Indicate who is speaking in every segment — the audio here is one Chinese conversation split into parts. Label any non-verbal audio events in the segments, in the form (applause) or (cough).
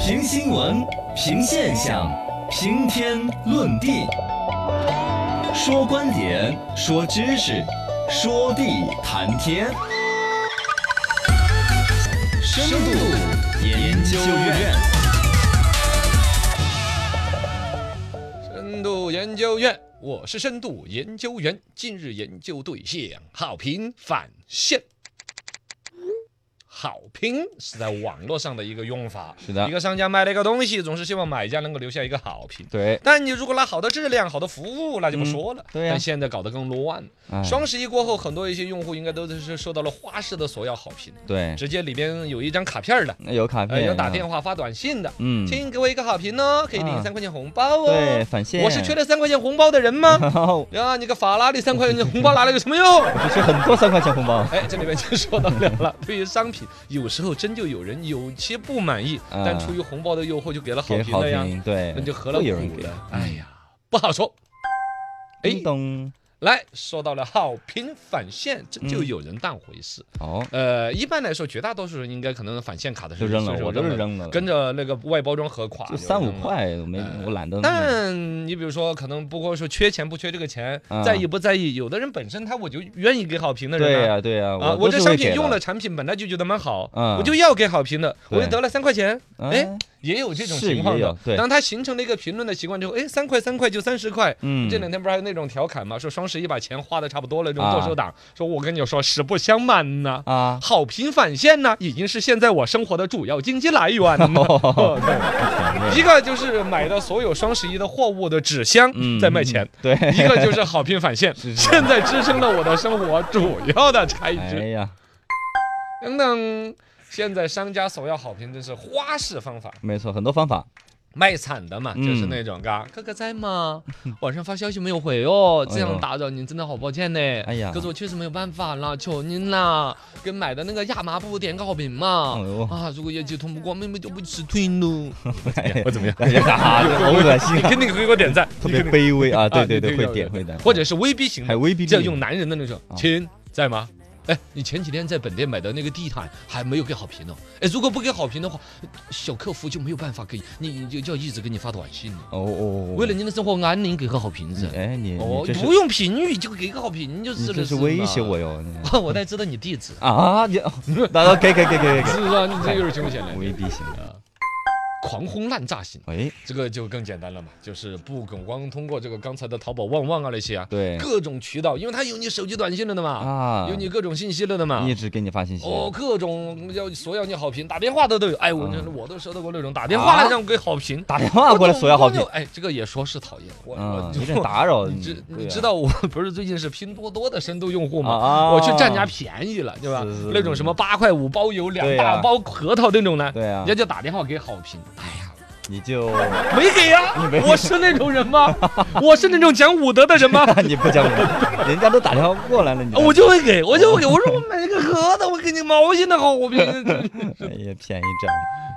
Speaker 1: 评新闻，评现象，评天论地，说观点，说知识，说地谈天。深度研究院，
Speaker 2: 深度研究院，我是深度研究员。近日研究对象：好评返现。好评是在网络上的一个用法，
Speaker 1: 是的
Speaker 2: 一个商家卖了一个东西，总是希望买家能够留下一个好评。
Speaker 1: 对，
Speaker 2: 但你如果拿好的质量、好的服务，那就不说了。
Speaker 1: 嗯对呀
Speaker 2: 但现在搞得更乱了。
Speaker 1: 哎
Speaker 2: 双十一过后，很多一些用户应该都是受到了花式的索要好评，
Speaker 1: 对，
Speaker 2: 直接里边有一张卡片儿的，
Speaker 1: 那有卡
Speaker 2: 呃，
Speaker 1: 片，啊
Speaker 2: 有打电话、发短信的，
Speaker 1: 嗯，
Speaker 2: 请给我一个好评哦，可以领
Speaker 1: 啊
Speaker 2: 三块钱红包哦。
Speaker 1: 对，返现，
Speaker 2: 我是缺了三块钱红包的人吗？
Speaker 1: (laughs)
Speaker 2: 呀，你个法拉利三块钱红包拿来有什么用？
Speaker 1: 不是很多三块钱红
Speaker 2: (laughs)
Speaker 1: 包，
Speaker 2: 哎，这里面就说到了了。对于商品，有时候真就有人有些不满意，
Speaker 1: 啊
Speaker 2: 但出于红包的诱惑，就给了好
Speaker 1: 给
Speaker 2: 评
Speaker 1: 好
Speaker 2: 了呀，
Speaker 1: 评，对，
Speaker 2: 那就何乐
Speaker 1: 会有人
Speaker 2: 苦
Speaker 1: 给
Speaker 2: 了。哎呀，不好说。哎
Speaker 1: 叮，咚，
Speaker 2: 来说到了好评返现，这
Speaker 1: 嗯
Speaker 2: 就有人当回事。
Speaker 1: 哦，
Speaker 2: 呃，一般来说，绝大多数人应该可能返现卡的时
Speaker 1: 就
Speaker 2: 候
Speaker 1: 扔了
Speaker 2: 随，手
Speaker 1: 我都是
Speaker 2: 了，
Speaker 1: 扔了，
Speaker 2: 跟着那个外包装盒垮，
Speaker 1: 就三五
Speaker 2: 扔了呃
Speaker 1: 块，我没我懒得弄，
Speaker 2: 但你比如说，可能不过说缺钱不缺这个钱，
Speaker 1: 啊
Speaker 2: 在意不在意，有的人本身他我就愿意给好评的
Speaker 1: 对
Speaker 2: 人啊。
Speaker 1: 呀对呀，
Speaker 2: 啊，
Speaker 1: 都
Speaker 2: 我这
Speaker 1: 是
Speaker 2: 商
Speaker 1: 会
Speaker 2: 品
Speaker 1: 给
Speaker 2: 用
Speaker 1: 的
Speaker 2: 了，产品本来就觉得蛮好，
Speaker 1: 嗯
Speaker 2: 我就要给好评的，我就
Speaker 1: 对
Speaker 2: 得了三块钱，
Speaker 1: 哎
Speaker 2: 哎，也有这种
Speaker 1: 是
Speaker 2: 情况
Speaker 1: 也
Speaker 2: 的
Speaker 1: 有。对
Speaker 2: 当他形成了一个评论的习惯之后，哎，三块三块就三十块。
Speaker 1: 嗯，
Speaker 2: 这两天不是还有那种调侃嘛，说双十一把钱花的差不多了，这种
Speaker 1: 啊
Speaker 2: 剁手党，说我跟你说，实不相瞒呐， (laughs)
Speaker 1: 啊，
Speaker 2: 好评返现呢，已经是现在我生活的主要经济来源了。
Speaker 1: (laughs)
Speaker 2: 哦对一个就是买的所有双十一的货物的纸箱
Speaker 1: 嗯，
Speaker 2: 在卖钱， (laughs)
Speaker 1: 对，
Speaker 2: 一个就是好评返现，
Speaker 1: 是是
Speaker 2: 现在支撑了我的生活主要的开
Speaker 1: 哎
Speaker 2: 支。
Speaker 1: 呀，
Speaker 2: 等等，现在商家索要好评真是花式方法，
Speaker 1: 没错，很多方法，
Speaker 2: 卖惨的嘛，
Speaker 1: 嗯
Speaker 2: 就是那种嘎，哥哥
Speaker 1: (laughs)
Speaker 2: 在吗？晚上发消息没有回哦，
Speaker 1: 哎呦
Speaker 2: 这样打扰您真的好抱歉呢。
Speaker 1: 哎呀
Speaker 2: 可是我确实没有办法了，求您啦，给买的那个亚麻布点个好评
Speaker 1: 哎
Speaker 2: 嘛。
Speaker 1: 呦，
Speaker 2: 啊，如果业绩通不过，妹妹就不吃退喽。
Speaker 1: (laughs)
Speaker 2: 我 (laughs) 怎么样？
Speaker 1: 哎呀，啊这好恶心
Speaker 2: 你 (laughs)
Speaker 1: 啊，
Speaker 2: 肯定会给我点赞，
Speaker 1: 特
Speaker 2: 你
Speaker 1: 别
Speaker 2: 肯定
Speaker 1: 卑微啊，对
Speaker 2: 啊
Speaker 1: 对
Speaker 2: 你
Speaker 1: 对，
Speaker 2: 这
Speaker 1: 会
Speaker 2: 个
Speaker 1: 点会点，
Speaker 2: 或者是威逼型
Speaker 1: 还
Speaker 2: 的，
Speaker 1: 威逼利
Speaker 2: 就
Speaker 1: 诱
Speaker 2: 用男人的那种
Speaker 1: 啊，
Speaker 2: 亲在吗？哎，你前几天在本店买的那个地毯还没有给好评呢。哎，如果不给好评的话，小客服就没有办法给你，你就就要一直给你发短信了。
Speaker 1: 哦哦，
Speaker 2: 为了您的生活安宁，给个好评
Speaker 1: 你
Speaker 2: 子。
Speaker 1: 哎你
Speaker 2: 哦
Speaker 1: 你这，是
Speaker 2: 不用评语就给个好评就
Speaker 1: 你
Speaker 2: 是了。
Speaker 1: 这是
Speaker 2: 嘛
Speaker 1: 威胁我。哟，你
Speaker 2: (laughs) 我才知道你地址，
Speaker 1: 啊你，那给给给给给，
Speaker 2: 是不是啊？你这有点凶险了。
Speaker 1: 威逼型的，
Speaker 2: (laughs) 狂轰滥炸型，
Speaker 1: 哎，
Speaker 2: 这个就更简单了嘛，就是不光光通过这个刚才的淘宝、旺旺啊那些啊，
Speaker 1: 对
Speaker 2: 各种渠道，因为它有你手机短信了的嘛，
Speaker 1: 啊
Speaker 2: 有，你各种信息了的嘛
Speaker 1: 一。直给你发信息，
Speaker 2: 哦，各种要索要你好评，打电话的都有。哎，我
Speaker 1: 啊
Speaker 2: 真的我都收到过那种打电话来让我给好评，
Speaker 1: 打电话过来
Speaker 2: 我
Speaker 1: 索要好评
Speaker 2: 我就。哎，这个也说是讨厌，我
Speaker 1: 啊
Speaker 2: 我，
Speaker 1: 有
Speaker 2: (laughs)
Speaker 1: 点打扰
Speaker 2: 你知
Speaker 1: 对
Speaker 2: 你
Speaker 1: 啊
Speaker 2: 知道我不是最近是拼多多的深度用户吗？
Speaker 1: 啊
Speaker 2: 我去占人家便宜了，对吧
Speaker 1: 是是？
Speaker 2: 那种什么八块五包邮、两
Speaker 1: 对
Speaker 2: 大
Speaker 1: 呀
Speaker 2: 包核桃那种呢，
Speaker 1: 对啊
Speaker 2: 人家，就打电话给好评。哎呀，
Speaker 1: 你就
Speaker 2: 没给呀、
Speaker 1: 你 (laughs) 没
Speaker 2: 我是那种人吗？我是那种讲武德的人吗？
Speaker 1: 你不讲武，
Speaker 2: (laughs)
Speaker 1: 人家都打电话过来了，你
Speaker 2: 啊我就会给，我就会给。我 (laughs) 说我买了个核桃，我给你毛线的好评， (laughs)
Speaker 1: 哎呀，便宜占，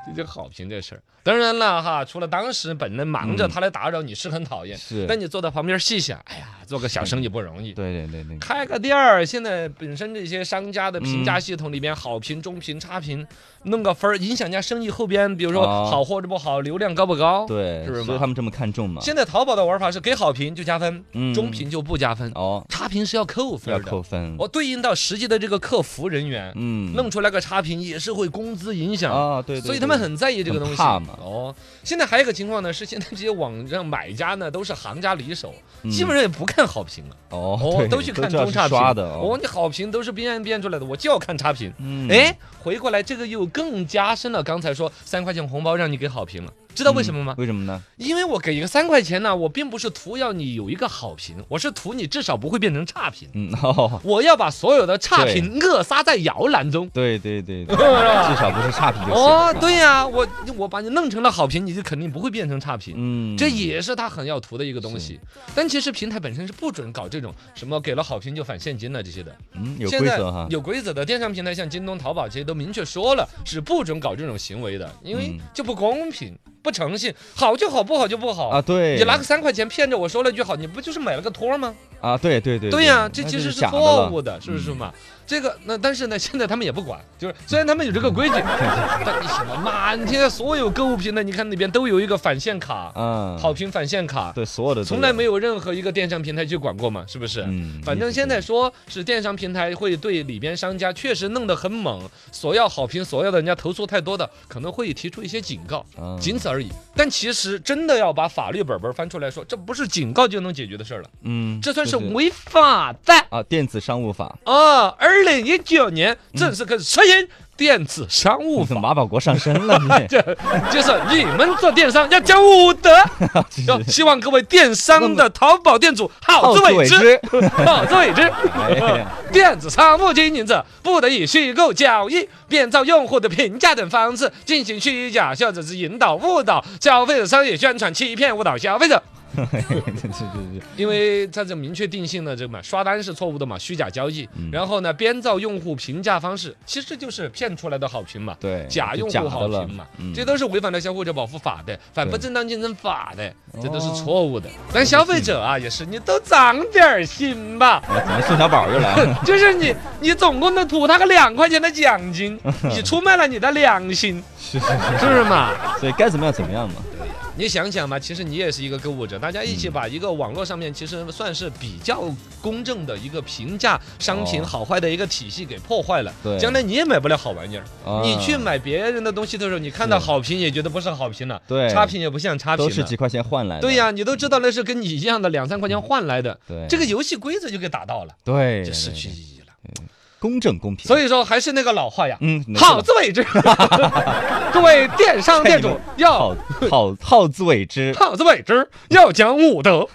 Speaker 2: 这就好评这事儿。当然了哈，除了当时本人忙着，他来打扰你嗯是很讨厌，
Speaker 1: 是
Speaker 2: 但你坐在旁边细想，哎呀，做个小生意不容易。
Speaker 1: 对对对对，
Speaker 2: 开个店儿，现在本身这些商家的评价系统里边，好评、中评、差评，弄个分儿，影响人家生意后边，比如说
Speaker 1: 啊
Speaker 2: 好或者不好，流量高不高？。
Speaker 1: 对，
Speaker 2: 是不是嘛
Speaker 1: 所以他们这么看重嘛？
Speaker 2: 现在淘宝的玩法是给好评就加分，
Speaker 1: 嗯
Speaker 2: 中评就不加分，
Speaker 1: 哦，
Speaker 2: 差评是要扣分
Speaker 1: 要
Speaker 2: 儿
Speaker 1: 扣
Speaker 2: 的。
Speaker 1: 分，
Speaker 2: 我对应到实际的这个客服人员，
Speaker 1: 嗯，
Speaker 2: 弄出来个差评也是会工资影响。
Speaker 1: 啊，对，对
Speaker 2: 所以他们
Speaker 1: 对
Speaker 2: 很在意这个东西。
Speaker 1: 很怕嘛
Speaker 2: 哦，现在还有一个情况呢，是现在这些网上买家呢都是行家里手，
Speaker 1: 嗯
Speaker 2: 基本上也不看好评了。
Speaker 1: 哦
Speaker 2: 哦
Speaker 1: 对，
Speaker 2: 都去看
Speaker 1: 知道
Speaker 2: 中
Speaker 1: 是
Speaker 2: 差评
Speaker 1: 刷的
Speaker 2: 哦
Speaker 1: 哦，，
Speaker 2: 你好评都是编案编出来的，我就要看差评。
Speaker 1: 嗯，
Speaker 2: 哎，回过来这个又更加深了刚才说三块钱红包让你给好评了，知
Speaker 1: 知
Speaker 2: 道为什么吗？
Speaker 1: 嗯为什么呢？
Speaker 2: 因为我给一个三块钱呢，我并不是图要你有一个好评，我是图你至少不会变成差评。
Speaker 1: 嗯， (laughs) 哦，
Speaker 2: 我要把所有的差评扼杀在摇篮中。
Speaker 1: 对对对，
Speaker 2: (laughs)
Speaker 1: 对
Speaker 2: 吧
Speaker 1: 至少不是差评就行，
Speaker 2: 哦，对呀、我我把你弄成了好评，你就肯定不会变成差评。
Speaker 1: 嗯，
Speaker 2: 这也是他很要图的一个东西，但其实平台本身是不准搞这种什么给了好评就返现金了这些的。
Speaker 1: 嗯有
Speaker 2: 现
Speaker 1: 规
Speaker 2: 在
Speaker 1: 则哈，
Speaker 2: 有规则的电商平台，像京东、淘宝这些都明确说了是不准搞这种行为的，因为
Speaker 1: 嗯
Speaker 2: 就不公平、不诚信，好就好，不好就不好。
Speaker 1: 啊，对，
Speaker 2: 你拿个三块钱骗着我说了句好，你不就是买了个托儿吗？
Speaker 1: 啊，对对对，
Speaker 2: 对呀、
Speaker 1: 对
Speaker 2: 这
Speaker 1: 那
Speaker 2: 其
Speaker 1: 就
Speaker 2: 实是
Speaker 1: 假的
Speaker 2: 错
Speaker 1: 了嗯
Speaker 2: 误的，是不是嘛？这个那但是呢，现在他们也不管，就是虽然他们有这个
Speaker 1: (laughs)
Speaker 2: 规矩，但你什么满天所有购物平台，你看里边都有一个返现卡，
Speaker 1: 嗯，
Speaker 2: 好评返现卡，
Speaker 1: 对所有的都
Speaker 2: 从来没有任何一个电商平台去管过嘛，是不是？
Speaker 1: 嗯
Speaker 2: 反正现在说是电商平台会对里边商家确实弄得很猛，索要好评、索要的人家投诉太多的，可能会提出一些警告，
Speaker 1: 嗯
Speaker 2: 仅此而已。但其实真的要把法律本本翻出来说，这不是警告就能解决的事儿了，
Speaker 1: 嗯，
Speaker 2: 这算是
Speaker 1: 对对
Speaker 2: 违法的
Speaker 1: 啊电子商务法，
Speaker 2: 啊！二零一九年正式开始实行电子商
Speaker 1: 你
Speaker 2: 务法
Speaker 1: 怎。么马保国上身
Speaker 2: (laughs)
Speaker 1: 了？你 (laughs)
Speaker 2: 这就是你们做电商要讲武 (laughs) 德，
Speaker 1: (laughs) 哎
Speaker 2: 就希望各位电商的淘宝店主好自为之，， (laughs) 好自为之。
Speaker 1: 哎呀，
Speaker 2: 电子商务经营者不得以虚构交易、编造用户的评价等方式进行虚假或者是引导、误导消费者、商业宣传、欺骗、误导消费者。
Speaker 1: 嘿嘿这这这
Speaker 2: 因为它这明确定性了这个嘛，刷单是错误的嘛，虚假交易。
Speaker 1: 嗯
Speaker 2: 然后呢，编造用户评价方式，其实就是骗出来的好评嘛，
Speaker 1: 对
Speaker 2: 假用
Speaker 1: 就假
Speaker 2: 户
Speaker 1: 的
Speaker 2: 好
Speaker 1: 了
Speaker 2: 评嘛，
Speaker 1: 嗯
Speaker 2: 这都是违反了消费者保护法的、反不
Speaker 1: 对
Speaker 2: 正当竞争法的，这都是
Speaker 1: 哦
Speaker 2: 错误的。咱消费者啊，也是你都长点儿
Speaker 1: (laughs)
Speaker 2: 心吧。
Speaker 1: 哎，怎么宋小宝又来了？ (laughs)
Speaker 2: 就是你，你总共能图他个两块钱的奖
Speaker 1: (laughs)
Speaker 2: 金，你出卖了你的良心，
Speaker 1: 是是是，
Speaker 2: 是不是嘛？
Speaker 1: 所以该怎么样怎么样嘛。
Speaker 2: 你想想嘛，其实你也是一个购物者，大家一
Speaker 1: 嗯
Speaker 2: 起把一个网络上面其实算是比较公正的一个评价商品
Speaker 1: 哦
Speaker 2: 好坏的一个体系给破坏了。
Speaker 1: 对
Speaker 2: 将来你也买不了好玩意儿。
Speaker 1: 啊
Speaker 2: 你去买别人的东西的时候，你看到
Speaker 1: 是
Speaker 2: 好评也觉得不是好评了，
Speaker 1: 对
Speaker 2: 差评也不像差评
Speaker 1: 都是
Speaker 2: 了
Speaker 1: 几。块钱换来的，
Speaker 2: 对呀、你都知道那是跟你一样的两三块钱换来的，
Speaker 1: 对
Speaker 2: 这个游戏规则就给打到了，
Speaker 1: 嗯对，
Speaker 2: 就失去
Speaker 1: 对对
Speaker 2: 意义了。
Speaker 1: 公正公平。
Speaker 2: 所
Speaker 1: 以
Speaker 2: 以说还是那个老话呀，
Speaker 1: 嗯没错
Speaker 2: 好自
Speaker 1: (laughs)
Speaker 2: 为之。各位电商店主要
Speaker 1: 好好好自为之。
Speaker 2: 好自为之，要讲武德。